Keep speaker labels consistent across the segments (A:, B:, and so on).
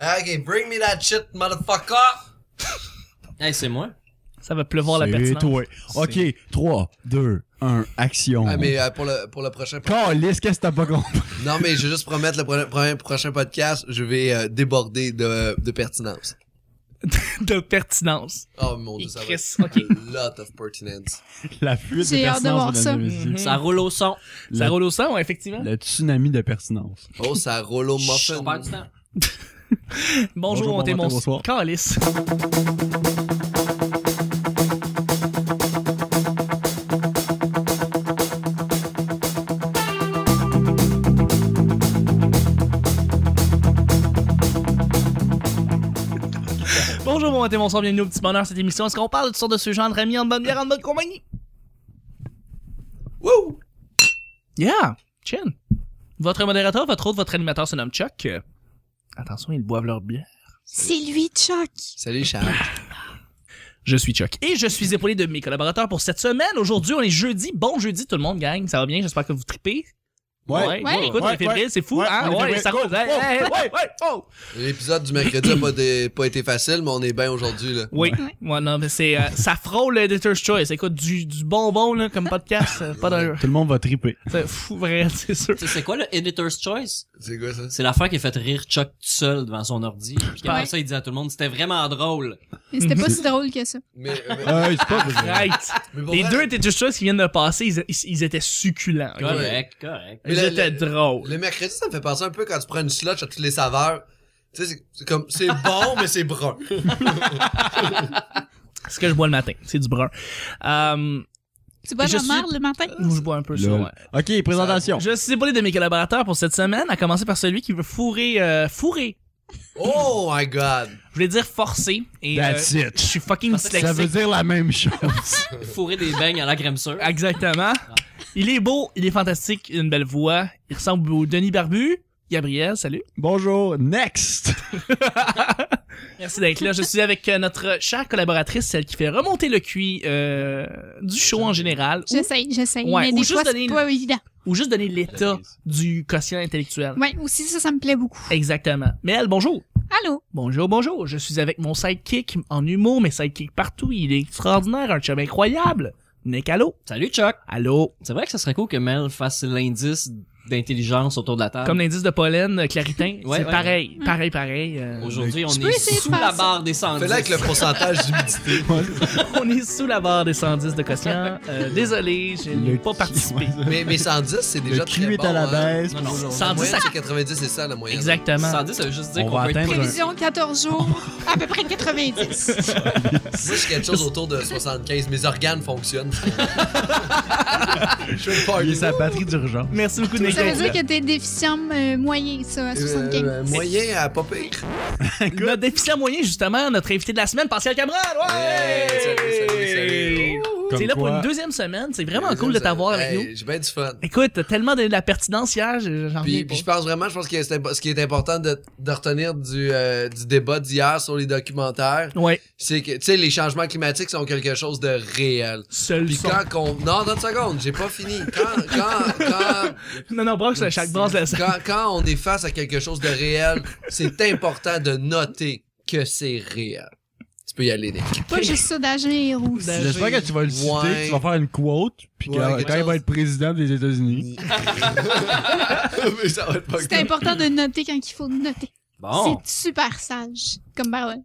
A: Ok, bring me that shit, motherfucker!
B: Hey, c'est moi.
C: Ça va pleuvoir la
D: C'est
C: pertinence.
D: toi. Ok, 3, 2, 1, action.
A: Ah, mais euh, pour, le, pour le prochain. po-
D: Calisse, qu'est-ce que t'as pas compris?
A: Non, mais je vais juste promettre le pro- premier- prochain podcast, je vais euh, déborder de, de pertinence.
C: De pertinence.
A: Oh mon dieu, ça va.
C: Chris,
A: être
C: ok.
A: A lot of pertinence.
D: La fuite de
E: J'ai hâte de voir
D: pertinence,
E: ça.
D: mesdames et messieurs.
C: Mhm.
B: Ça roule au son.
C: Ça
D: Le-
C: roule au sang, ouais, effectivement.
D: Le tsunami de pertinence.
A: Oh, ça roule au muffin.
B: On perd du temps.
C: Bonjour,
D: Bonjour,
C: mon
D: bon
C: témoin.
D: matin, bonsoir.
C: Calice. Bonjour, bon matin, bonsoir, bienvenue au Petit Bonheur, cette émission. Est-ce qu'on parle de toutes sortes de sujets entre amis, en bonne bière, en bonne compagnie?
A: Wouh!
C: Yeah! Chin! Votre modérateur, votre autre, votre animateur se nomme Chuck. Euh, Attention, ils boivent leur bière.
E: C'est lui, Chuck.
A: Salut, Charles.
C: Je suis Chuck. Et je suis épaulé de mes collaborateurs pour cette semaine. Aujourd'hui, on est jeudi. Bon jeudi, tout le monde, gang. Ça va bien, j'espère que vous tripez.
E: Ouais.
C: Écoute, on est février, c'est fou,
D: Ouais,
C: hein?
D: on est
C: Ouais,
D: février.
C: ça roule. Hey, hey, hey, ouais, ouais, oh.
A: L'épisode du mercredi a pas, dé- pas été facile, mais on est bien aujourd'hui, là.
C: Oui. Ouais, non, mais c'est, euh, ça frôle le Editor's Choice. Écoute, du, du bonbon, là, comme podcast, euh, pas d'allure.
D: Tout le monde va triper.
C: C'est fou, vrai, c'est sûr.
B: Tu sais, c'est quoi le Editor's Choice?
A: C'est quoi ça?
B: C'est l'affaire qui a fait rire Chuck tout seul devant son ordi. Puis après
E: Ouais.
B: ça, il dit à tout le monde, c'était vraiment drôle.
E: Mais c'était pas si drôle que ça.
A: Mais, mais,
D: Euh, c'est pas vrai.
C: Right.
A: mais pour
C: Les
A: vrai,
C: deux Editor's Choice qui viennent de passer, ils, ils- ils étaient succulents. ok?
B: Correct, correct.
C: Ils
A: Mais le-
C: étaient
A: le-
C: drôles.
A: Le mercredi, ça me fait penser un peu quand tu prends une slotch à toutes les saveurs. Tu sais, c'est- c'est comme, c'est bon, mais c'est brun.
C: Ce que je bois le matin, c'est du brun. Euh,
E: Tu bois de
C: Je
E: la
C: suis-
E: merde le matin?
C: je bois un peu ça,
D: Lol.
C: ouais.
D: Ok, présentation.
C: Je suis épaulé de mes collaborateurs pour cette semaine, à commencer par celui qui veut fourrer, euh, fourrer.
A: Oh my god.
C: Je voulais dire forcer. Et, euh,
D: That's
C: je
D: it.
C: suis fucking
D: Ça veut
C: dyslexique.
D: dire la même chose.
B: Fourrer des beignes à la crème sûre.
C: Ah. Exactement. Il est beau, il est fantastique, il a une belle voix. Il ressemble au Denis Barbu. Gabriel, salut.
D: Bonjour, next.
C: Merci d'être là. Je suis avec euh, notre chère collaboratrice, celle qui fait remonter le QI euh, du show en général, ou,
E: J'essaye, j'essaye.
C: Ouais,
E: mais
C: ou
E: des
C: juste
E: fois,
C: donner
E: c'est
C: une-
E: pas évident.
C: ou juste donner l'état du quotient intellectuel.
E: Ouais, aussi, ça, ça me plaît beaucoup.
C: Exactement. Mais elle, bonjour.
E: Allô?
C: Bonjour, bonjour. Je suis avec mon sidekick en humour, mais sidekick partout. Il est extraordinaire, un chum incroyable. Nick, allô?
B: Salut Chuck.
C: Allô?
B: C'est vrai que ça serait cool que Mel fasse l'indice d'intelligence autour de
A: Ah.
B: la table.
C: Comme l'indice de pollen, euh, claritin,
B: Ouais,
C: c'est
B: ouais.
C: pareil, pareil, pareil, euh,
B: Aujourd'hui, on
E: Je peux
B: est
E: essayer de
B: sous
E: faire
B: la
E: ça.
B: barre des 110.
A: Fais-le avec le pourcentage d'humidité.
C: on est sous la barre des 110 de quotient. Euh, désolé, je n'ai
D: Le
C: pas
D: qui-
C: participé.
A: Mais, mais 110, c'est
D: Le
A: déjà très
D: cul est
A: bon,
D: à la
A: hein.
D: baisse.
B: Non, non.
D: Bonjour.
C: 110,
A: La moyenne,
C: ça-
A: c'est 90, c'est ça, la moyenne.
C: Exactement.
B: 110, ça veut juste dire
D: On
B: qu'on
D: va
B: peut être
D: atteindre
B: poli.
E: Prévision 14 jours, à peu près 90.
A: Moi, je suis quelque chose autour de 75. Mes organes fonctionnent. je suis pas
D: Il est sa batterie d'urgence.
C: Merci beaucoup, Nick.
E: ça veut dire que t'es déficient euh, moyen, ça, à 75.
A: Euh, moyen à pas pire.
C: Notre déficient moyen, justement, notre invité de la semaine, Pascal Cameron. Ouais!
A: Hey, salut, salut, salut.
D: Comme
C: T'es là pour
D: quoi-
C: une deuxième semaine. C'est vraiment cool de t'avoir avec
A: Hey,
C: nous.
A: J'ai bien du fun.
C: Écoute, t'as tellement donné de la pertinence hier, je- j'en reviens
A: Puis, puis je
C: pas.
A: pense vraiment, je pense que c'est impo- ce qui est important de, de retenir du, euh, du débat d'hier sur les documentaires,
C: Ouais,
A: c'est que, tu sais, les changements climatiques sont quelque chose de réel.
C: seul
A: Puis
C: son.
A: quand qu'on... Non, non, une seconde, j'ai pas fini. Quand, quand, quand,
C: Non, non, brosse à chaque brasse la
A: quand, quand on est face à quelque chose de réel, c'est important de noter que c'est réel. Tu peux y aller, Nick.
E: Pas juste ça d'agir ou
C: D'agir.
D: J'espère que tu vas le citer,
A: Ouais.
D: que tu vas faire une quote, puis que
A: Ouais,
D: quand
A: quelque
D: il
A: chose.
D: va être président des États-Unis,
A: Mais ça va être pas
E: C'est important de noter quand il faut noter.
C: Ah.
B: Bon.
E: C'est super sage, comme parole.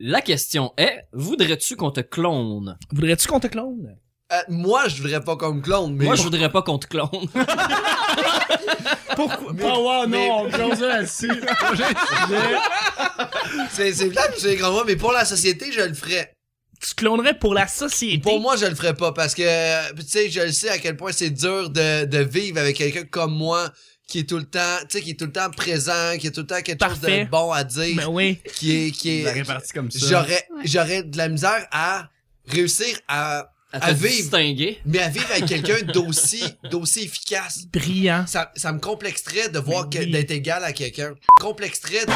B: La question est, voudrais-tu qu'on te clone?
C: Voudrais-tu qu'on te clone?
A: Euh, moi, je voudrais pas comme clone, mais...
B: Moi, je voudrais pas qu'on te clone.
C: Pourquoi?
D: Oh wow,
A: Mais-
D: non, on close là-dessus. Prochain sujet.
A: C'est, c'est plate, c'est comme moi, mais pour la société, je le ferais.
C: Tu clonerais pour la société.
A: Pour moi, je le ferais pas parce que, tu sais, je le sais à quel point c'est dur de, de vivre avec quelqu'un comme moi qui est tout le temps, tu sais, qui est tout le temps présent, qui est tout le temps quelque
C: Parfait.
A: chose de bon à dire,
C: Ben oui.
A: qui est, qui
D: La
A: est,
D: répartie comme ça.
A: j'aurais,
E: Ouais.
A: j'aurais de la misère à réussir à,
B: À te
A: À vivre.
B: distinguer.
A: mais à vivre avec quelqu'un d'aussi, d'aussi efficace.
C: Brillant.
A: Ça, ça me complexerait de voir
C: Mais
A: que,
C: Ben oui.
A: d'être égal à quelqu'un. Complexerait de...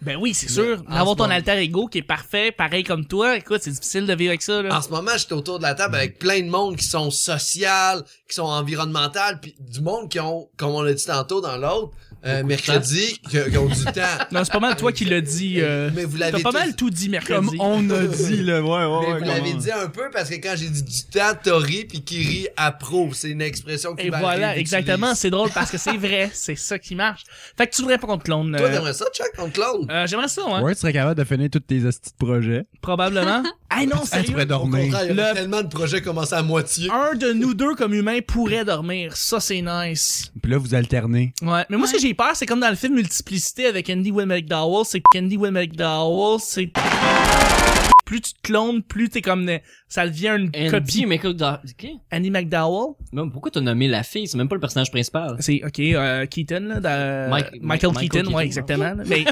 C: Ben oui, c'est sûr.
A: en
C: Avoir
A: ce
C: ton
A: moment-
C: alter ego qui est parfait, pareil comme toi, écoute, c'est difficile de vivre avec ça, là.
A: En ce moment, j'étais autour de la table avec plein de monde qui sont social, qui sont environnemental, puis du monde qui ont, comme on l'a dit tantôt dans l'autre, euh,
B: Beaucoup de
A: mercredi que- qui ont du temps.
C: Non, c'est pas mal toi qui l'as dit. euh,
A: Mais vous
C: T'as
A: l'avez
C: pas
A: tous-
C: mal tout dit mercredi.
D: Comme on a dit, là. Ouais, ouais,
A: Mais
D: ouais.
A: vous l'avez
D: comment-
A: dit un peu parce que quand j'ai dit du temps, Tori puis Kiri approuve. C'est une expression qui
C: Et voilà, exactement. C'est drôle parce que c'est vrai. C'est ça qui marche. Fait que tu voudrais pas qu'on te clone.
A: Toi,
C: euh,
A: t'aimerais ça, Chuck, contre Claude?
C: euh, J'aimerais ça, ouais.
D: Ouais, tu serais capable de finir tous tes hosties de projets.
C: Probablement. Ah non,
D: Ah, tu
C: sérieux.
D: pourrais
A: Au
D: dormir.
A: contraire, il y a
C: Le-
A: tellement de projets commencés à moitié.
C: Un de nous deux comme humain pourrait dormir. Ça, c'est nice.
D: Puis là, vous alternez.
C: Ouais. Mais moi, ce que j'ai peur, c'est comme dans le film Multiplicité avec Andy Will McDowell. C'est Andy Will McDowell, c'est. Plus tu te clones, plus t'es comme. né- Ça devient une
B: Andy
C: copie.
B: McDowell.
C: Andy McDowell?
B: Même pourquoi t'as nommé la fille? C'est même pas le personnage principal.
C: C'est, ok, euh, Keaton, là. dans- euh,
B: Mike-
C: Michael,
B: Michael
C: Keaton,
B: Keaton,
C: ouais,
B: ouais.
C: exactement. là. Mais.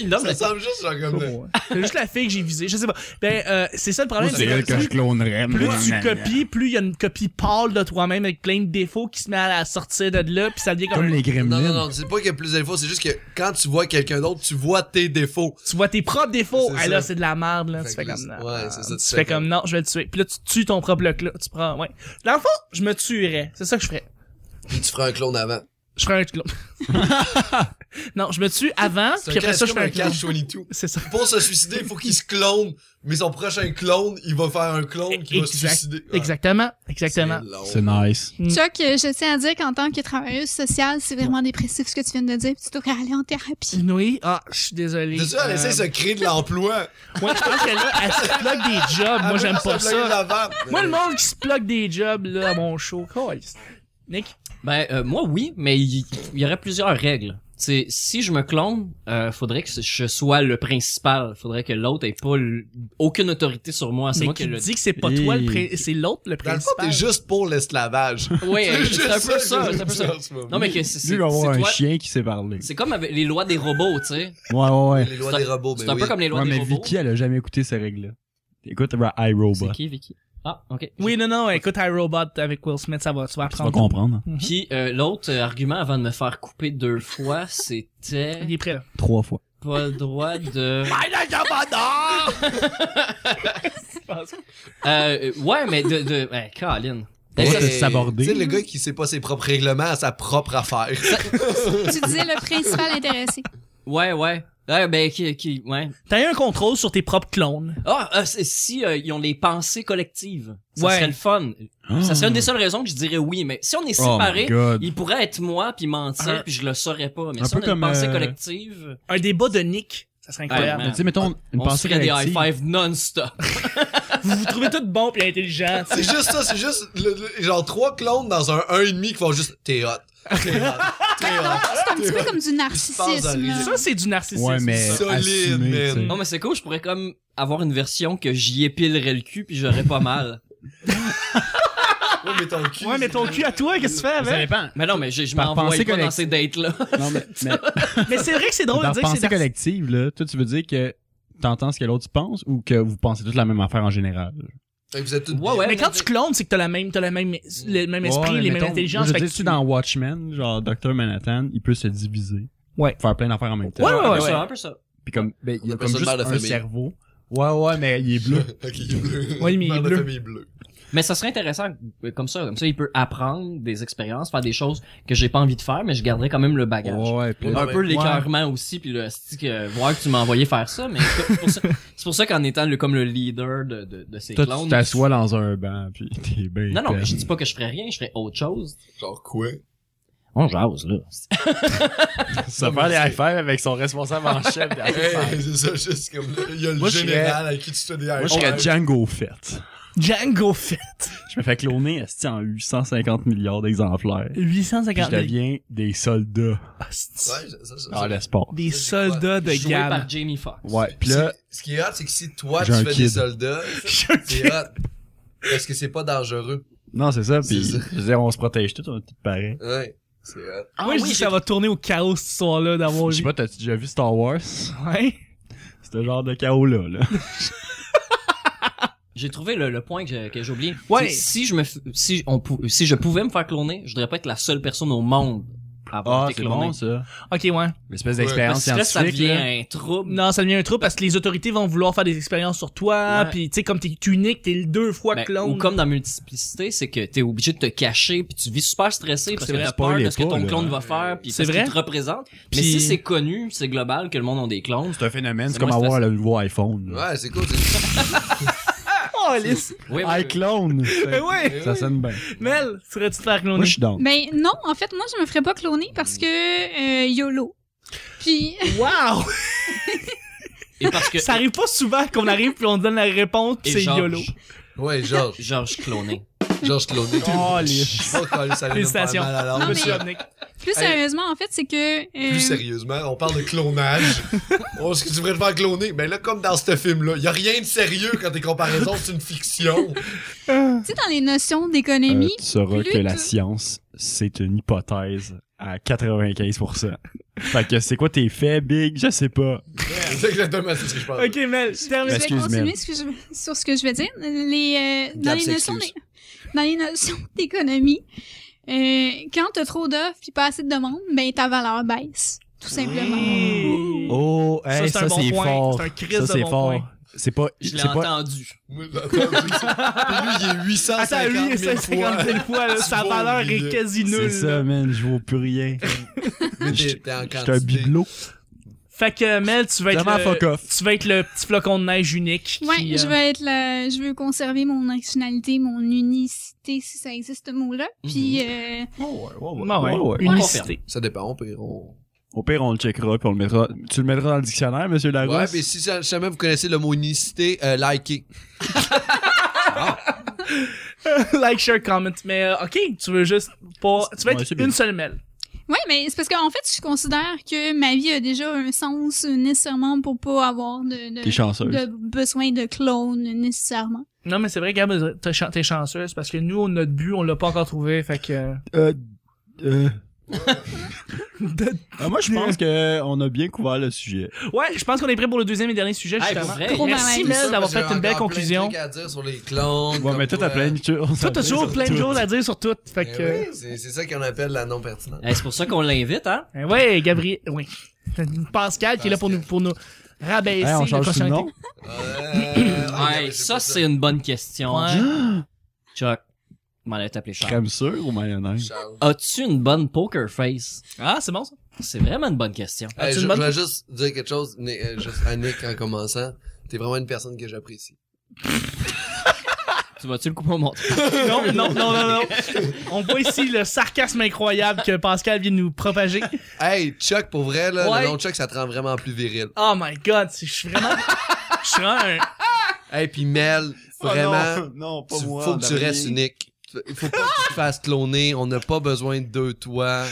B: Il nomme
A: Ça
B: la-
A: semble juste genre comme...
C: Ouais. C'est juste la fille que j'ai visée, je sais pas. Ben, euh, c'est ça le
A: Ah,
C: problème.
D: Moi,
C: c'est
D: c'est elle
C: que
D: que je clonerais.
C: plus tu
D: mais-
C: copies, plus il y a une copie pâle de toi-même avec plein de défauts qui se met à la sortir de là, puis ça devient comme...
D: Comme les gremlins.
A: Non, non, non, c'est pas qu'il y a plus de défauts, c'est juste que quand tu vois quelqu'un d'autre, tu vois tes défauts.
C: Tu vois tes propres défauts.
A: C'est
C: Ah
A: ça.
C: là, c'est de la merde, là.
A: Fait
C: tu fais
A: que là,
C: comme...
A: c'est- ouais, c'est ça,
C: Tu fais comme, non, je vais le tuer. Puis là, tu tues ton propre look, là. Tu prends, ouais. Dans le fond, je me tuerais. C'est ça que je ferais.
A: Puis tu feras un clone avant.
C: Je ferais un clone. non, je me tue avant,
A: C'est un
C: puis après
A: cache-
C: ça, je
A: comme
C: fais un
A: un
C: clone.
A: cache 22.
C: C'est ça.
A: Pour se suicider, il faut qu'il se clone. Mais son prochain clone, il va faire un clone qui va se
C: Exact-
A: suicider. Ouais.
C: Exactement, exactement.
A: C'est
D: C'est
A: long.
D: nice.
C: Mm.
E: Chuck, euh, je tiens à dire qu'en tant que travailleuse sociale, c'est vraiment dépressif ce que tu viens de dire, puis tu devrais aller en thérapie.
C: Oui, ah, je suis désolé.
A: C'est sûr, elle essaie de se
C: Euh,
A: créer de l'emploi.
C: Moi, je pense qu'elle elle se bloque des jobs. Ah, Moi,
A: Elle
C: j'aime
A: veut
C: pas
A: se bloquer de
C: ça.
A: la vente.
C: Moi, le monde qui se bloque des jobs, là, à mon show. Caliste.
B: Ah,
C: Nick?
B: Ben, euh, moi, oui, mais il il y, aurait plusieurs règles. C'est si je me clone, euh, faudrait que je sois le principal. Faudrait que l'autre ait pas l- aucune autorité sur moi. C'est
C: Mais
B: moi
C: qui
B: qui le
C: dit que c'est pas toi le
D: Hey.
C: pré- c'est l'autre le
A: Dans le fond,
C: principal.
A: t'es juste pour l'esclavage.
B: Oui, c'est un peu
A: que
B: ça,
A: je
B: c'est un peu
A: dis
B: ça.
A: en ce moment.
B: Non, mais que c'est
D: Lui,
B: c'est-
D: il va avoir
B: c'est
D: un
B: toi-
D: chien qui sait parler.
B: C'est comme avec les lois des robots, tu sais.
D: Ouais, ouais, ouais.
A: Les lois
B: c'est
A: des
B: un-
A: robots, mais
B: C'est un
A: Oh, ben oui.
B: peu comme les lois
D: Ouais,
B: des
D: mais
B: robots.
D: Vicky, elle a jamais écouté ces règles-là. Écoute,
B: C'est
D: iRobot.
B: qui, Vicky? Ah, ok.
C: Oui, non, non, écoute iRobot avec Will Smith, ça va, tu vas
D: Tu vas
C: apprendre.
D: comprendre.
B: Puis euh, l'autre euh, argument avant de me faire couper deux fois, c'était
C: Il est prêt.
D: Trois fois.
B: pas le droit de. Euh, ouais, mais de de. Ouais, Colin.
D: T'as
A: Ouais.
D: juste à te Ben, saborder.
A: Tu sais, le gars qui sait pas ses propres règlements à sa propre affaire.
E: tu disais le principal intéressé.
B: Ouais, ouais. Ouais, ben qui, qui ouais.
C: T'as eu un contrôle sur tes propres clones.
B: Ah, euh, c'est- si euh, ils ont les pensées collectives, ça
C: Ouais.
B: serait le fun.
D: Ah.
B: Ça serait une des seules raisons que je dirais oui, mais si on est
D: Oh my
B: séparés,
D: god.
B: il pourrait être moi puis mentir
C: Un-
B: puis je le saurais pas. Mais
D: un
B: si
D: peu
B: on a une
D: comme,
B: pensée
D: euh,
B: collective,
C: Un débat de Nick, ça serait incroyable.
B: Ouais,
D: Mais tu sais, mettons, une
B: on se
D: pensée
B: ferait des high
D: collective.
B: five non-stop.
C: vous vous trouvez tous bons pis intelligents. tu
A: C'est
C: sais.
A: juste ça, c'est juste le- le- genre trois clones dans un 1,5 qui font juste t'es hot. T'es hot. T'es hot.
E: Ah, C'est un petit peu comme du
A: Il se passe dans
E: narcissisme.
A: les-
E: là.
C: Ça, c'est du narcissisme.
D: Ouais, mais.
C: ça.
A: Solide,
D: assumé,
A: man.
D: tu sais.
B: non mais c'est cool, je pourrais comme avoir une version que j'y épilerais le cul puis j'aurais pas mal.
A: Ouais, mais ton cul.
C: Ouais, mais ton cul à toi, qu'est-ce que tu fais
D: Ça
C: avec?
D: dépend.
B: Mais non, mais je, je
D: Par
B: m'envoie
D: pensée
B: pas dans
D: collective.
B: ces dates là.
D: Non, mais, mais
C: Mais c'est vrai que c'est drôle de
D: dans
C: dire que
D: pensée
C: c'est narcissique.
D: collective, là, toi, tu veux dire que t'entends ce que l'autre pense ou que vous pensez toutes la même affaire en général?
A: Fait que Vous êtes tous
B: Ouais, ouais.
C: mais quand tu clones, c'est que t'as la même, t'as la même, le même esprit, les mêmes intelligences.
D: Je
C: fait que
D: dis, tu dans Watchmen, genre Dr. Manhattan, il peut se diviser.
C: Ouais.
D: Faire plein d'affaires en même temps.
C: Ouais, ouais, ouais.
B: C'est un peu ça.
D: Puis comme, ben, il y
A: On
D: a
A: appelle
D: comme
A: ça le
D: juste
A: mère de
D: un
A: famille.
D: cerveau. Ouais, ouais, mais il est bleu.
A: ok, il est bleu.
C: Ouais, mais il est
A: Mère de
C: bleu.
A: famille bleue.
B: Mais ça serait intéressant euh, comme ça, comme ça il peut apprendre des expériences, faire des choses que j'ai pas envie de faire, mais je garderai quand même le bagage.
D: ouais, puis
A: Ouais,
B: un
A: ouais.
B: peu l'écœurement aussi, puis le asti que voir que tu m'as envoyé faire ça, mais c'est pour ça, c'est pour ça qu'en étant le, comme le leader de, de, de ces
D: toi,
B: clones.
D: tu t'assois dans un banc, puis t'es bien.
B: Non, non,
D: plein.
B: mais je dis pas que je ferais rien, je ferais autre chose.
A: Genre quoi?
B: On jase, là.
D: Ça fait des high five avec son responsable en chef. des high
A: Hey,
D: five.
A: c'est ça, juste comme là, il y a le
D: Moi, je
A: général à qui tu fais des
D: Moi, je serais Django Fett.
C: Django Fett.
D: Je me fais cloner esti, en 850 milliards d'exemplaires. Puis
C: 850
D: je deviens des soldats
C: Hostie.
A: Ouais, ça, ça, ça.
D: dans l'espace.
C: Des
A: C'est quoi?
C: soldats de
B: Joué
C: gamme.
B: par Jamie Foxx.
D: Ouais, puis
A: C'est-
D: là,
A: ce qui est hot, c'est que si toi, tu
D: J'ai un
A: fais des
D: kid.
A: soldats, c'est hot. Parce que c'est pas dangereux.
D: non, c'est ça, puis
A: C'est ça.
D: je veux dire, on se protège tous, on est tous pareils.
A: Ouais, c'est hot.
B: Ah
C: Moi, je dis
B: oui,
C: que ça va tourner au chaos ce soir-là d'avoir
D: Je sais pas, t'as-tu déjà vu Star Wars?
C: Ouais.
D: C'est le genre de chaos-là, là.
B: j'ai trouvé le, le point que j'ai, que j'ai oublié.
C: Ouais.
B: C'est Si je me, f- si on, pou- si je pouvais me faire cloner, je voudrais pas être la seule personne au monde à avoir
D: Ah,
B: été
D: c'est
B: cloné.
D: bon, ça.
C: Ok, ouais.
D: Une espèce
A: Ouais,
D: d'expérience
B: Parce que là, ça
D: scientifique.
B: devient
D: là.
B: un trouble.
C: Non, ça devient un trouble parce que les autorités vont vouloir faire des expériences sur toi,
B: Ouais.
C: puis tu sais, comme t'es unique, t'es deux fois
B: Ben,
C: clone.
B: ou comme dans multiplicité, c'est que t'es obligé de te cacher puis tu vis super stressé parce
D: C'est
B: que
D: vrai,
B: t'as peur de
D: spoiler
B: ce que
D: pas,
B: ton
D: là.
B: clone va faire puis
C: C'est
B: parce
C: vrai.
B: qu'il te représente. Mais
C: Puis-
B: si c'est connu, c'est global que le monde a des clones.
D: C'est un phénomène,
B: C'est
D: c'est comme
B: moins
D: avoir le nouveau iPhone. là.
A: Ouais, c'est cool. c'est-
C: Oh, Alice!
B: Oui, oui, oui.
D: iClone!
C: Mais Eh oui!
D: Ça sonne bien.
C: Mel, tu serais-tu te faire
D: Moi,
C: cloner?
D: je suis down.
E: Ben non, en fait, moi, je me ferais pas cloner parce que euh, YOLO. Puis,
C: Wow!
B: Et parce que
C: Ça arrive pas souvent qu'on arrive puis on donne la réponse
B: et
C: pis c'est
B: Georges-
C: YOLO.
A: Ouais, Georges.
B: Georges cloné.
A: Georges Cloné.
D: Oh, les-
A: Oh, colle, ça allait nous faire
C: Félicitations.
A: mal à l'âme,
E: Non, mais-
A: ça.
C: Nick.
E: plus sérieusement, en fait, c'est que... euh,
A: Plus sérieusement, on parle de clonage. oh, est-ce que tu voudrais te faire cloner? Ben là, comme dans ce film-là, il a rien de sérieux quand tes comparaisons, c'est une fiction.
E: tu sais, dans les notions
D: Euh,
E: d'économie,
D: tu sauras
E: plus
D: que la
E: tout.
D: science, c'est une hypothèse à 95%. fait que c'est quoi tes faits, Big? Je sais pas.
A: c'est exactement ce que je pense.
C: Ok, Mel, je
A: Euh,
C: termine.
E: je vais
D: excuse,
E: continuer
D: Mel.
E: ce que je- sur ce que je veux dire. Les, euh, dans,
A: Gab
E: les notions
A: s'excuse.
E: d'é- dans les notions d'économie, euh, quand t'as trop d'offres puis pas assez de demandes, ben ta valeur baisse, tout simplement.
D: Oh,
C: Ça, hey, c'est un ça, bon c'est point. fort. C'est un crise Ça, de c'est bon fort. point.
D: C'est pas,
B: Je l'ai entendu.
A: Moi, j'ai entendu ça. Puis lui, il est 850
C: Attends,
A: 000
C: lui,
A: fois.
C: 150 000 fois, là, sa
A: Tu vas
C: valeur
A: oublier.
C: est quasi
D: C'est
C: nulle.
D: ça,
C: là.
D: man, je vaux plus rien.
A: Mais
D: Je
A: t'es- t'es en
D: un
A: quantité.
D: bibelot.
C: Fait que Mel, tu vas être
D: Vraiment fuck
C: le...
D: off.
C: Tu vas être le petit flocon de neige unique.
E: Ouais,
C: qui, euh,
E: je veux être la, je veux conserver mon originalité, mon unicité, si ça existe ce mot-là.
A: Mhm.
E: Puis, euh,
C: Bon, ouais, Unicité.
A: Ça dépend, on peut- on...
D: Au pire, on le checkera, puis on le mettra. Tu le mettras dans le dictionnaire, monsieur Larousse?
A: Ouais, puis si ça- jamais vous connaissez le mot unicité, euh, likez.
C: like, share, comment. Mais euh, ok, tu veux juste pas... Tu vas
D: Ouais,
C: être
D: c'est bien.
C: une seule Mel.
E: ouais, mais c'est parce qu'en fait, je considère que ma vie a déjà un sens euh, nécessairement pour pas avoir de, de,
D: T'es chanceuse.
E: de besoin de clones nécessairement.
C: Non, mais c'est vrai, Gab, t'es chan- t'es chanceuse parce que nous, notre but, on l'a pas encore trouvé. Fait que...
D: Euh, euh. Ah, moi, je pense que on a bien couvert le sujet.
C: Ouais, je pense qu'on est prêt pour le deuxième et dernier sujet,
B: Hey,
C: justement.
B: pour vrai,
E: Gros
B: yes.
C: Merci,
E: malaise. C'est
A: Ça,
C: Mel, d'avoir
A: j'ai
C: fait une
A: encore
C: belle
A: plein de
C: conclusion.
A: trucs à dire sur les clones.
D: Ouais, mais
A: comme
D: toi,
A: quoi-
D: t'as plein de euh. choses.
C: Toi, t'as toujours plein de choses à dire sur tout. Fait
A: Eh
C: que...
A: oui, c'est c'est ça qu'on appelle la non-pertinence.
B: Eh, c'est pour ça qu'on l'invite, hein?
C: Eh ouais, Gabriel, oui. Pascal qui est là pour nous, pour nous rabaisser
D: Hey, on
C: le
D: change
C: quotient
D: le nom.
A: Euh,
B: Hey,
A: ouais, j'ai
B: ça,
A: pas
B: c'est une bonne question.
C: Ouais.
B: Chuck, m'en allais t'appeler Chuck.
D: Crème sûre ou mayonnaise?
A: Charles.
B: As-tu une bonne poker face?
C: Ah, c'est bon ça.
B: C'est vraiment une bonne question.
A: Hey,
C: As-tu
A: je,
C: une bonne-
A: je vais juste dire quelque chose, Ni- euh, juste à Nick en commençant. T'es vraiment une personne que j'apprécie.
B: Tu vas-tu le coup au monde?
C: Non, non, non, non, non. On voit ici le sarcasme incroyable que Pascal vient nous propager.
A: Hey, Chuck, pour vrai, là,
C: Ouais.
A: le nom de Chuck, ça te rend vraiment plus viril.
C: Oh my god, c'est- je suis vraiment. Je suis vraiment un.
A: Hey, puis Mel, vraiment,
D: non, non,
A: tu- faut que tu restes unique. Tu- Il faut pas que tu te fasses cloner. On n'a pas besoin de deux toits.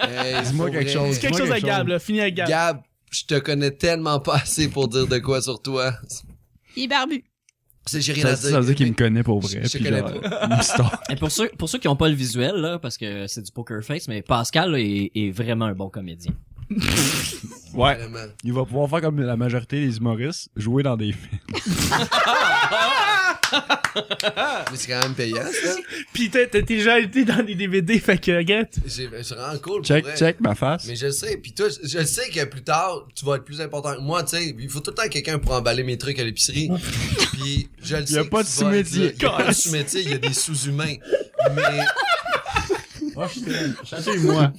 A: Hey,
D: Dis-moi
A: pour
D: quelque
A: vrai.
D: chose.
C: Quelque
D: Dis-moi
C: chose à
D: quelque
C: Gab,
D: chose.
C: là. Fini avec Gab.
A: Gab, je te connais tellement pas assez pour dire de quoi sur toi.
E: Il est barbu.
A: C'est j'ai rien
D: Ça,
A: à
D: ça
A: dire.
D: veut dire qu'il me connaît pour vrai.
A: Je- je
D: puis
A: connais
D: genre, une star.
B: Et pour ceux, pour ceux qui n'ont pas le visuel, là, parce que c'est du poker face, mais Pascal là, est, est vraiment un bon comédien.
D: Ouais,
A: Vraiment.
D: il va pouvoir faire comme la majorité des humoristes, jouer dans des films.
A: Mais c'est quand même payant, ça.
C: Pis t'as t'as déjà été dans des DVD, fait que Gab.
A: J'ai- C'est vraiment cool. pour
D: Check,
A: vrai.
D: check ma face.
A: Mais je le sais, puis toi, je je le sais que plus tard, tu vas être plus important que moi, tu sais. Il faut tout le temps quelqu'un pour emballer mes trucs à l'épicerie. puis je le sais.
D: a
A: que
D: pas
A: tu
D: de
A: vas être
D: sous-métier.
A: là. Il y a pas de sous-métier, il y a des sous-humains. Mais
D: Chassez-moi.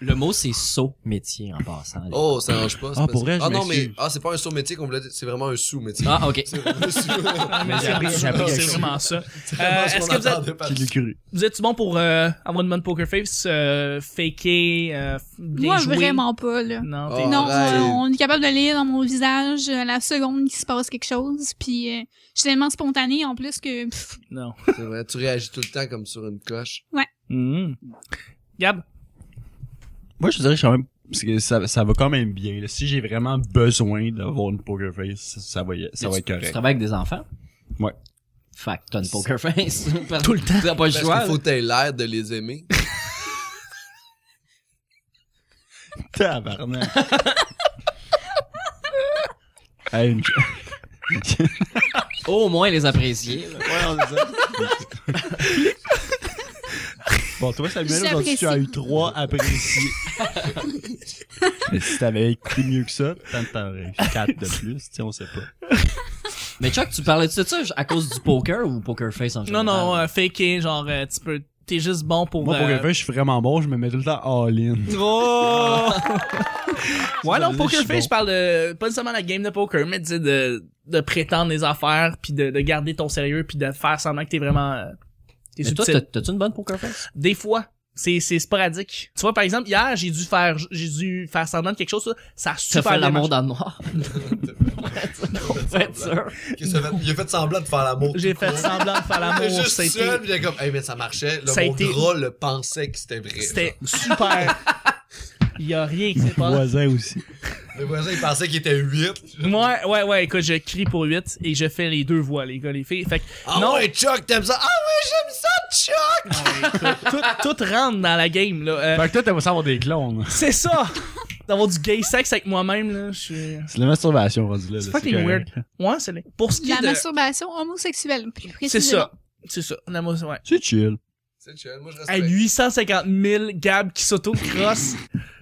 B: Le mot, c'est saut métier en passant. là.
A: oh, ça range pas. c'est
D: Ah,
A: pas
D: pour
A: ça.
D: vrai, je
A: Ah non, mais
D: m'excuse.
A: ah, c'est pas un sous-métier qu'on voulait dire, c'est vraiment un sous-métier.
B: Ah, ok.
A: C'est vraiment un sous-
C: C'est
D: appris- j'ai appris quelque chose.
C: vraiment ça.
A: c'est vraiment
C: Euh,
A: ce
C: est-ce
A: qu'on
C: que vous êtes-
A: entendait par-
D: Qui l'eût cru?
C: Vous êtes-tu bon pour euh, avoir une bonne poker face, euh, faker, euh, bien
E: Moi,
C: jouer?
E: vraiment pas, là.
C: Non,
A: Oh.
D: Ah.
C: t'es-
E: Non, euh,
A: Arrête.
E: on, on est capable de lire dans mon visage euh, la seconde qu'il se passe quelque chose, puis euh, je suis tellement spontanée en plus que... pff,
C: non.
A: C'est vrai, tu réagis tout le temps comme sur une coche.
C: Mhm. Gab,
D: Moi, je dirais que je suis quand même, parce que ça, ça va quand même bien. là. Si j'ai vraiment besoin d'avoir une poker face, ça, ça va, y- ça va
B: Tu-
D: être
B: Tu
D: correct.
B: travailles avec des enfants?
D: Ouais.
B: Fait que t'as une poker face. Tout le temps. T'as pas le
A: Parce
B: choix.
A: qu'il faut que t'aies l'air de les aimer.
D: Tabarnak. hey, une...
B: là. Au moins les apprécier. là.
D: Ouais, on dit ça. Bon, toi, Samuel,
E: J'apprécie.
D: aujourd'hui, tu as eu trois appréciés. Mais si t'avais écouté mieux que ça, t'en aurais eu quatre de plus, tu sais, on sait pas.
B: Mais Chuck, tu parlais de ça à cause du poker ou poker face en
C: Non,
B: général?
C: non, euh, faker, genre, euh, tu peux, t'es juste bon pour...
D: Moi, pour
C: euh,
D: le fait, je suis vraiment bon, je me mets tout le temps all-in.
C: Oh! ouais,
D: Ça veut
C: non,
D: dire
C: poker
D: que je suis
C: face, je parle de, pas seulement la game de poker, mais tu sais, de, de prétendre les affaires, puis de, de garder ton sérieux, puis de faire semblant que t'es vraiment... euh, T'es
B: Mais toi,
C: subtil.
B: t'as- t'as-tu une bonne poker face?
C: Des fois, c'est, c'est sporadique. Tu vois, par exemple, hier, j'ai dû faire, j'ai dû faire semblant de quelque chose, ça, ça a
B: Tu
C: super
B: fait
C: bien
B: l'amour
C: marché.
B: dans le noir. Faites ça.
A: Qu'est-ce que ça fait? Il a fait semblant de faire l'amour.
C: J'ai fait semblant de faire l'amour.
A: Juste
C: ça a été-
A: seul, puis il est comme, hey, mais ça marchait. Là,
C: Ça a
A: mon
C: été-
A: drôle le pensait que c'était vrai.
C: C'était super. Il y a rien qui s'est
D: Mon
C: passé.
D: voisin aussi.
A: Le voisin, il pensait qu'il était 8.
C: Ouais, ouais, ouais, écoute, je crie pour 8 et je fais les deux voix, les gars, les filles. Fait que,
A: Ah
C: non,
A: ouais, Chuck, t'aimes ça? Ah ouais, j'aime ça, Chuck!
C: tout, tout rentre dans la game, là. Euh,
D: Fait que toi, t'aimerais ça avoir des clones.
C: c'est ça! D'avoir du gay sex avec moi-même, là, je suis...
D: C'est la masturbation, rendu là. là,
C: C'est fucking weird.
D: correct.
C: Ouais, c'est... Pour ce qui
E: La
C: est de...
E: masturbation homosexuelle, plus
C: C'est
E: précisément.
C: ça. C'est ça. La mos- ouais.
D: C'est chill.
A: C'est chill, moi je
C: À
A: respecte.
C: 850 000 Gab qui s'auto-crossent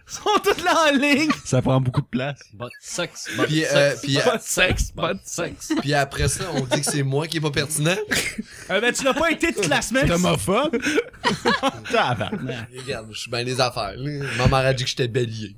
C: sont toutes là en ligne.
D: Ça prend beaucoup de place.
B: But sex, but
A: Puis, euh,
B: sex,
A: puis, euh,
C: Pas de sexe, pas de
B: but
C: sexe.
B: sex.
A: puis après ça, on dit que c'est moi qui est pas pertinent.
C: Euh, ben, tu l'as pas été toute la semaine.
D: Homophobe?
A: Regarde, je suis bien les affaires. là. Maman a dit que j'étais bélier.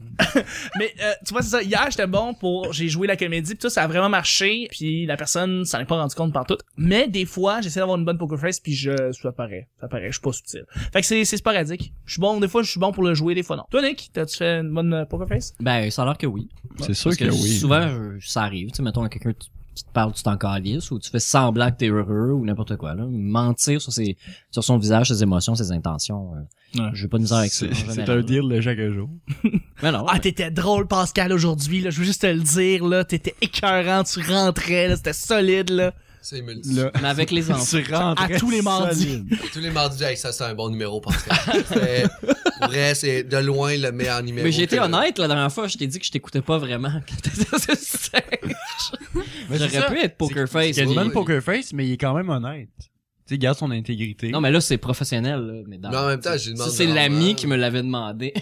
C: Mais euh, tu vois, c'est ça. Hier, j'étais bon pour. J'ai joué la comédie, pis tout, ça a vraiment marché. Puis la personne s'en est pas rendu compte par tout. Mais des fois, j'essaie d'avoir une bonne poker face, puis je. Ça paraît. Ça paraît. Je suis pas subtil. Fait que c'est, c'est sporadique. Je suis bon. Des fois, je suis bon pour le jouer, des fois non. Toi, Nick, t'as-tu fait une bonne euh, poker face?
B: Ben, ça a l'air que oui.
D: C'est sûr
B: Parce
D: que,
B: que
D: oui. hein.
B: souvent, euh, ça arrive. Tu sais, mettons, à quelqu'un t- qui te parle, tu t'en calisses, ou tu fais semblant que t'es heureux, ou n'importe quoi, là. Mentir sur ses, sur son visage, ses émotions, ses intentions. euh,
D: Ouais.
B: J'ai pas de misère avec ça. en
D: C'est c'est
B: général.
D: un deal de chaque jour.
B: Mais non.
C: Ah, t'étais drôle, Pascal, aujourd'hui, là. Je veux juste te le dire, là. T'étais écœurant, tu rentrais, là. C'était solide, là.
A: C'est multi.
D: Là,
B: mais avec les enfants.
D: tu rentres
C: à tous les mardis.
A: Tous les mardis, hey, ça c'est un bon numéro, Pascal. C'était- pour vrai, c'est de loin le meilleur numéro.
B: Mais j'ai été
A: que-
B: honnête la dernière fois, je t'ai dit que je t'écoutais pas vraiment quand t'étais sur scène. J'aurais pu être poker face.
D: Il y a
B: oui.
D: du même poker face, mais il est quand même honnête. Tu sais, il garde son intégrité.
B: Non mais là c'est professionnel là, mais dans-
A: Mais en même temps, j'ai
B: Ça,
A: demandé.
B: c'est l'ami qui me l'avait demandé.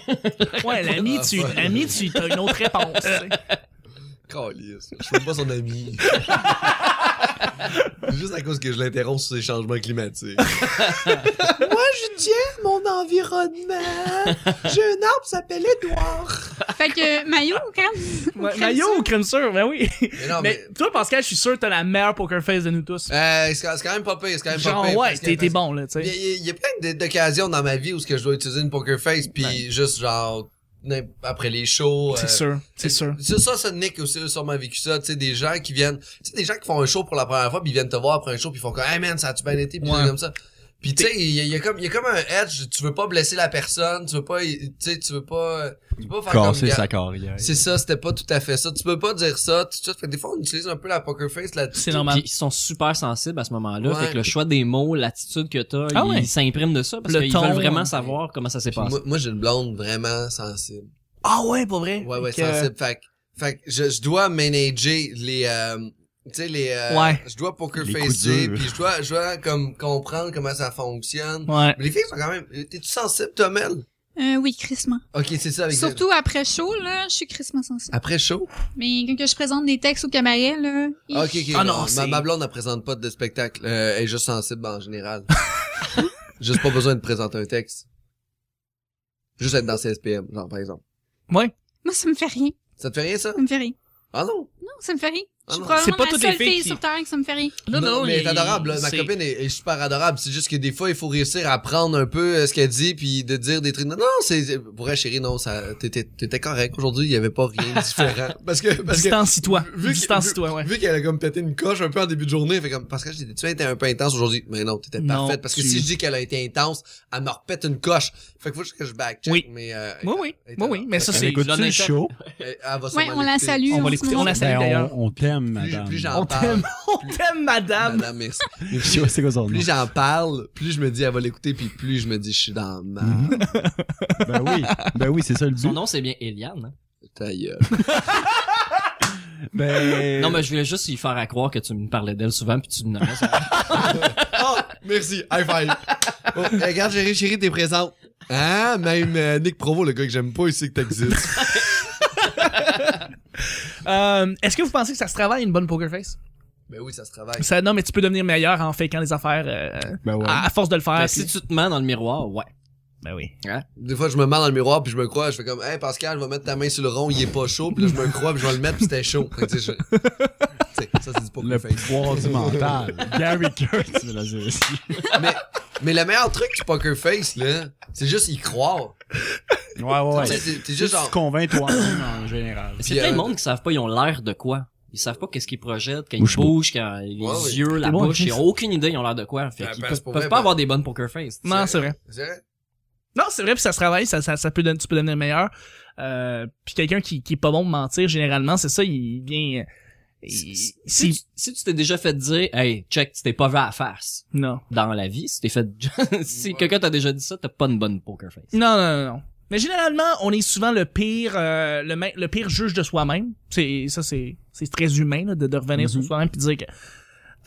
C: Ouais, l'ami, tu, l'ami, tu, t'as une autre réponse, tu sais.
A: Calisse. Je suis pas son ami. C'est Juste à cause que je l'interromps sur ces changements climatiques. Moi, je tiens mon environnement. J'ai un arbre qui s'appelle Edouard.
E: Fait que, maillot, quand
C: Ma- Maillot ou crème sûre, ben oui.
A: Mais non,
C: Mais
A: Ah, mais.
C: toi, Pascal, je suis sûr que t'as la meilleure poker face de nous tous.
A: Euh, c'est quand c'est quand même pas pire. C'est quand même
C: Genre,
A: pas pire.
C: ouais,
A: parce que-
C: t'es t'es bon, là, tu
A: Il y, a-
C: sais.
A: il y a plein d- d'occasions dans ma vie où ce que je dois utiliser une poker face, puis juste genre n'im- après les shows. euh,
C: C'est sûr, c'est sûr.
A: Ça, ça, ça, Nick aussi a sûrement vécu ça, tu sais, des gens qui viennent, tu sais, des gens qui font un show pour la première fois, puis ils viennent te voir après un show, puis ils font comme, hey man, ça a-tu bien été, puis
C: Ouais.
A: comme ça. Puis tu sais, il y, a- il y a comme, il y a comme un edge, tu veux pas blesser la personne, tu veux pas, tu sais, tu veux pas, tu veux pas faire comme,
D: Casser
A: gars,
D: sa carrière.
A: C'est ça, c'était pas tout à fait ça. Tu peux pas dire ça, tout ça. Fait que des fois, on utilise un peu la poker face là-dessus.
C: C'est normal.
B: Puis ils sont super sensibles à ce moment-là.
A: Ouais.
B: Fait que le choix des mots, l'attitude que t'as,
C: Ah
B: ils-
C: ouais.
B: ils s'impriment de ça parce
C: Le
B: qu'ils
C: ton.
B: veulent vraiment savoir comment ça s'est
A: Puis
B: passé.
A: Moi, moi j'ai une blonde vraiment sensible.
C: Ah ouais, pour vrai?
A: Ouais, ouais,
C: Fait que-
A: sensible. Fait, que- fait que je, je dois manager les, euh, tu sais, les, euh,
C: Ouais.
A: je dois poker
D: Les
A: facer,
D: coups durs.
A: puis je dois, je dois comme comprendre comment ça fonctionne.
C: Ouais.
A: Mais les filles sont quand même, euh, t'es-tu sensible, toi, Mel?
E: Euh, oui, crissement.
A: Ok, c'est ça avec
E: Surtout après chaud, là, je suis crissement sensible.
A: Après chaud?
E: Mais quand que je présente des textes au cabaret, là...
A: Ok, ok.
C: Ah non,
A: non,
C: c'est-
A: ma, ma blonde ne présente pas de spectacle. Euh, elle est juste sensible en général. juste pas besoin de présenter un texte. Juste être dans CSPM, genre, par exemple.
E: Moi, ça me fait rien.
A: Ça te fait rien, ça?
E: Ça me fait rien.
A: Ah non?
E: Non, ça me fait rien.
A: Ah
E: je suis
A: non.
E: probablement
C: C'est pas
E: la
C: toutes les
E: seule
C: filles
E: fille
C: qui-
E: sur Terre qui ça me fait rien.
C: Non, non,
A: mais elle est
C: il-
A: adorable. là. Ma
C: c'est-
A: copine est, est super adorable. C'est juste que des fois, il faut réussir à prendre un peu euh, ce qu'elle dit puis de dire des trucs. Non, non, c'est pour vrai, chérie, non, ça, t'étais, t'étais correct. Aujourd'hui, il y avait pas rien de différent. Parce que, parce que,
C: Distancie-toi.
A: vu que-
C: Distancie-toi, ouais.
A: vu qu'elle a comme pété une coche un peu en début de journée, elle fait comme parce que j'ai tu étais un peu intense aujourd'hui. Mais non, t'étais
C: Non,
A: parfaite. Parce que
C: tu-
A: si je dis qu'elle a été intense, elle me repète une coche. Fait que faut juste que je back check.
C: Oui.
A: Mais euh,
C: Oui, oui.
A: elle-
C: Oui, oui. Mais ça,
D: Elle
C: c'est.
D: écoute-tu
B: l'honnêteté.
D: le show?
A: elle- elle va
E: Ouais,
A: sûrement
E: on la
A: l'écouter.
E: salue.
C: On va
E: en ce
C: l'écouter,
E: moment.
C: on la salue
D: Ben,
C: d'ailleurs.
D: on, on t'aime,
A: Plus,
D: madame.
A: plus j'en
C: On
A: parle.
C: t'aime, on t'aime, madame.
A: Madame, merci.
D: C'est quoi son nom?
A: Plus j'en parle, plus je me dis elle va l'écouter, puis plus je me dis je suis dans ma
D: Ben oui, ben oui, c'est ça le
B: Son
D: but.
B: nom c'est bien Eliane. hein?
A: ta gueule.
D: Ben...
A: Euh.
B: Non mais je voulais juste y faire à croire que tu me parlais d'elle souvent puis tu me nommais.
A: Oh, Merci, high five. Oh, regarde, chérie, chérie, t'es présente. Ah, même euh, Nick Provo, le gars que j'aime pas, il sait que t'existes.
C: Euh, Est-ce que vous pensez que ça se travaille une bonne poker face?
A: ben oui, ça se travaille.
C: Ça, non, mais tu peux devenir meilleur en fakeant les affaires euh,
D: Ben ouais.
C: à, à force de le faire.
B: Ben,
C: Ah, puis-
B: si tu te mets dans le miroir, ouais.
C: Ben oui.
A: Des fois, je me mets dans le miroir puis je me crois, je fais comme, hey Pascal, va mettre ta main sur le rond, il est pas chaud, puis là, je me crois, puis je vais le mettre, puis c'était chaud. Fait que, tu sais, je- tu sais, ça, c'est du poker
D: Le
A: face.
D: pouvoir du mental. Gary Kurtz, tu veux la dire aussi.
A: Mais le meilleur truc du poker face, là, c'est juste y croire.
D: Ouais, ouais,
A: Tu
D: ouais.
A: sais, T'es t'es juste
D: Juste
A: genre.
D: convainc toi-même en général.
B: C'est
A: Puis,
B: plein de
A: euh,
B: monde qui savent pas, ils ont l'air de quoi. Ils savent pas qu'est-ce qu'ils projettent, quand ils
D: Bouche-bou.
B: bougent, quand les
A: Ouais, ouais.
B: yeux, la
C: bon,
B: bouche,
C: Chris.
B: ils ont aucune idée, ils ont l'air de quoi. Fait
A: Ben,
B: qu'ils
A: ben,
B: peuvent,
A: c'est pour
B: peuvent
A: vrai,
B: pas
A: ben-
B: avoir des bonnes poker face.
C: Non, c'est vrai.
A: C'est vrai?
C: Non, c'est vrai, puis ça se travaille, ça, ça, ça peut, don- tu peux devenir meilleur. Euh, puis quelqu'un qui, qui est pas bon pour mentir, généralement, c'est ça, il vient... euh, il-
B: Si,
C: si-
B: tu- si tu t'es déjà fait dire, hey, check, tu t'es pas vu à la face
C: Non.
B: dans la vie, si t'es fait, si quelqu'un t'a déjà dit ça, t'as pas une bonne poker face.
C: Non, non, non, non. Mais généralement, on est souvent le pire, euh, le, me- le pire juge de soi-même. C'est ça, c'est c'est très humain là, de, de revenir sur soi-même puis de dire que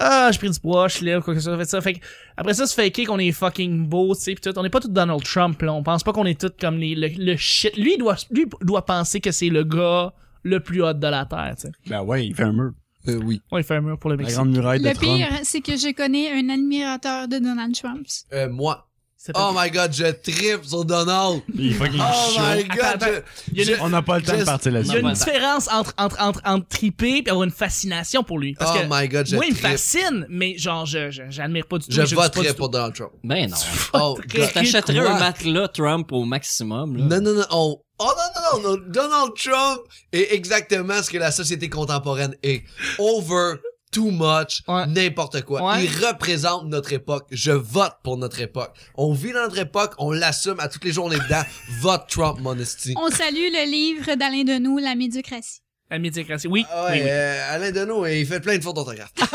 C: ah, j'ai pris du poids, je suis là, quoi que ça, fait ça. Fait que, après ça, se faker qu'on est fucking beau, tu sais, pis tout. On n'est pas tous Donald Trump là. On pense pas qu'on est tous comme les le, le shit. Lui il doit, lui il doit penser que c'est le gars le plus hot de la terre, tu sais.
D: Ben ouais, il fait un mur.
A: Euh, oui.
C: Ouais, il fait un mur pour le
D: La
C: Mexique.
D: grande muraille de
E: Le
D: Trump.
E: pire, c'est que je connais un admirateur de Donald Trump.
A: Euh, moi.
C: C'est pas-
A: Oh my god, je tripe sur Donald.
D: Il est fucking
A: Oh
D: Ah, chaud.
A: my god.
C: Attends,
A: je-
C: Il y a une-
A: je-
D: On n'a pas le temps de
A: Just-
C: Il
D: partir
C: y a
D: là-dessus.
C: une différence entre, entre, entre, entre triper et avoir une fascination pour lui. Parce
A: Oh
C: que
A: my god, je
C: moi, il me
A: tripe.
C: fascine, mais genre, je, je- j'admire pas du tout.
A: Je
C: mais dis pas
A: voterai
C: du tout.
A: pour Donald Trump.
B: Ben non.
A: Oh,
C: voterais.
B: Tu
A: God.
B: t'achèterais un
A: Quoi?
B: matelas Trump au maximum, là.
A: Non, non, non. Oh, oh non, non, non, non. Donald Trump est exactement ce que la société contemporaine est. Over, too much,
C: Ouais.
A: n'importe quoi.
C: Ouais.
A: Il représente notre époque. Je vote pour notre époque. On vit dans notre époque, on l'assume à toutes les journées dedans. Vote Trump, mon esti.
E: On salue le livre d'Alain Deneau, La médiocratie.
C: La médiocratie. Oui.
A: Ah ouais,
C: oui, oui.
A: euh, Alain Deneau, il fait plein de fautes d'orthographe. Tu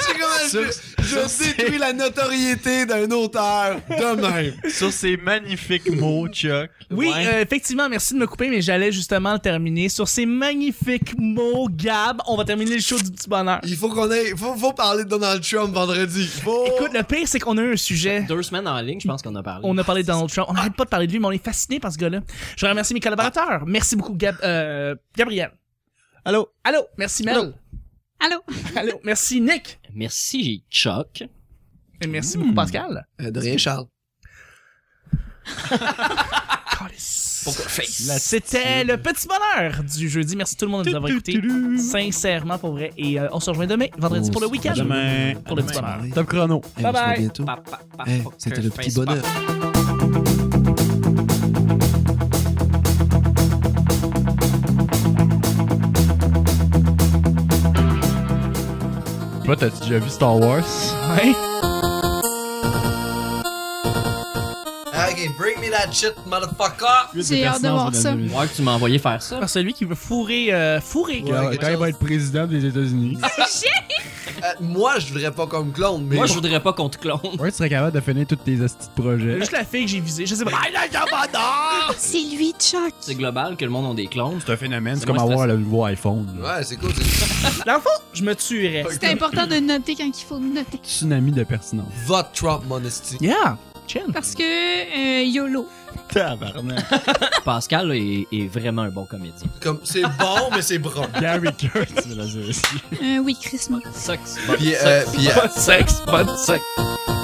A: sais comment je, je détruis la notoriété d'un auteur de même.
D: Sur ces magnifiques mots, Chuck.
C: Oui,
B: Ouais.
C: euh, effectivement, merci de me couper, mais j'allais justement le terminer sur ces magnifiques mots, Gab. On va terminer le show du petit bonheur.
A: Il faut qu'on ait, faut, faut parler de Donald Trump vendredi. Faut-
C: Écoute, le pire, c'est qu'on a eu un sujet.
B: Deux semaines en ligne, je pense qu'on a parlé.
C: On a parlé de Donald Trump. On n'arrête pas de parler de lui, mais on est fasciné par ce gars-là. Je remercie mes collaborateurs. Merci beaucoup, Gab, euh, Gabriel.
D: Allô?
C: Allô, merci Mel.
D: Allô.
E: Allô?
C: Allô, merci Nick.
B: Merci, Chuck.
C: Et merci beaucoup, Pascal.
A: Euh, de rien, Charles.
C: Calice.
B: Poker face.
C: La- C'était le petit bonheur du jeudi. Merci tout le monde de nous avoir écoutés. Sincèrement, pour vrai. Et euh, on se rejoint demain, vendredi, pour le week-end.
D: Demain.
C: Pour le petit bonheur.
D: Top chrono.
C: Bye bye.
B: Pa- pa- pa-
A: Eh,
B: poker
A: c'était le petit
B: face, pa-
A: bonheur.
D: Toi, t'as-tu déjà vu Star Wars?
C: Ouais.
A: Ok, bring me that shit, motherfucker.
E: J'ai hâte de voir ça.
B: Ouais, que tu m'as envoyé faire ça.
C: Par celui qui veut fourrer. euh, fourrer.
A: Ouais.
D: Quand il va être président des États-Unis,
A: Euh, moi, je voudrais pas comme clone, mais.
B: Moi, je voudrais pas qu'on te clone.
D: ouais, tu serais capable de finir tous tes astuces de projets.
C: Juste la fille que j'ai visée. Je sais pas.
E: C'est lui, Chuck.
B: C'est global que le monde a des clones.
D: C'est un phénomène,
B: C'est
D: c'est comme
B: moins
D: avoir le nouveau iPhone. là.
A: Ouais, c'est cool. c'est-
C: Dans le fond, je me tuerais.
E: C'est important de noter quand il faut noter.
D: Tsunami de pertinence.
A: Vote Trump, mon esti.
C: Yeah. Chin.
E: Parce que euh, YOLO.
D: Tabarnak.
B: Pascal là, est, est vraiment un bon comédien.
A: Comme, c'est bon, mais c'est brun.
D: Gary Kurtz, tu veux la dire aussi.
E: Euh, oui, Chris Mo.
B: Sucks.
A: Puis, euh, puis, euh,
C: Pas de sexe, pas de sexe.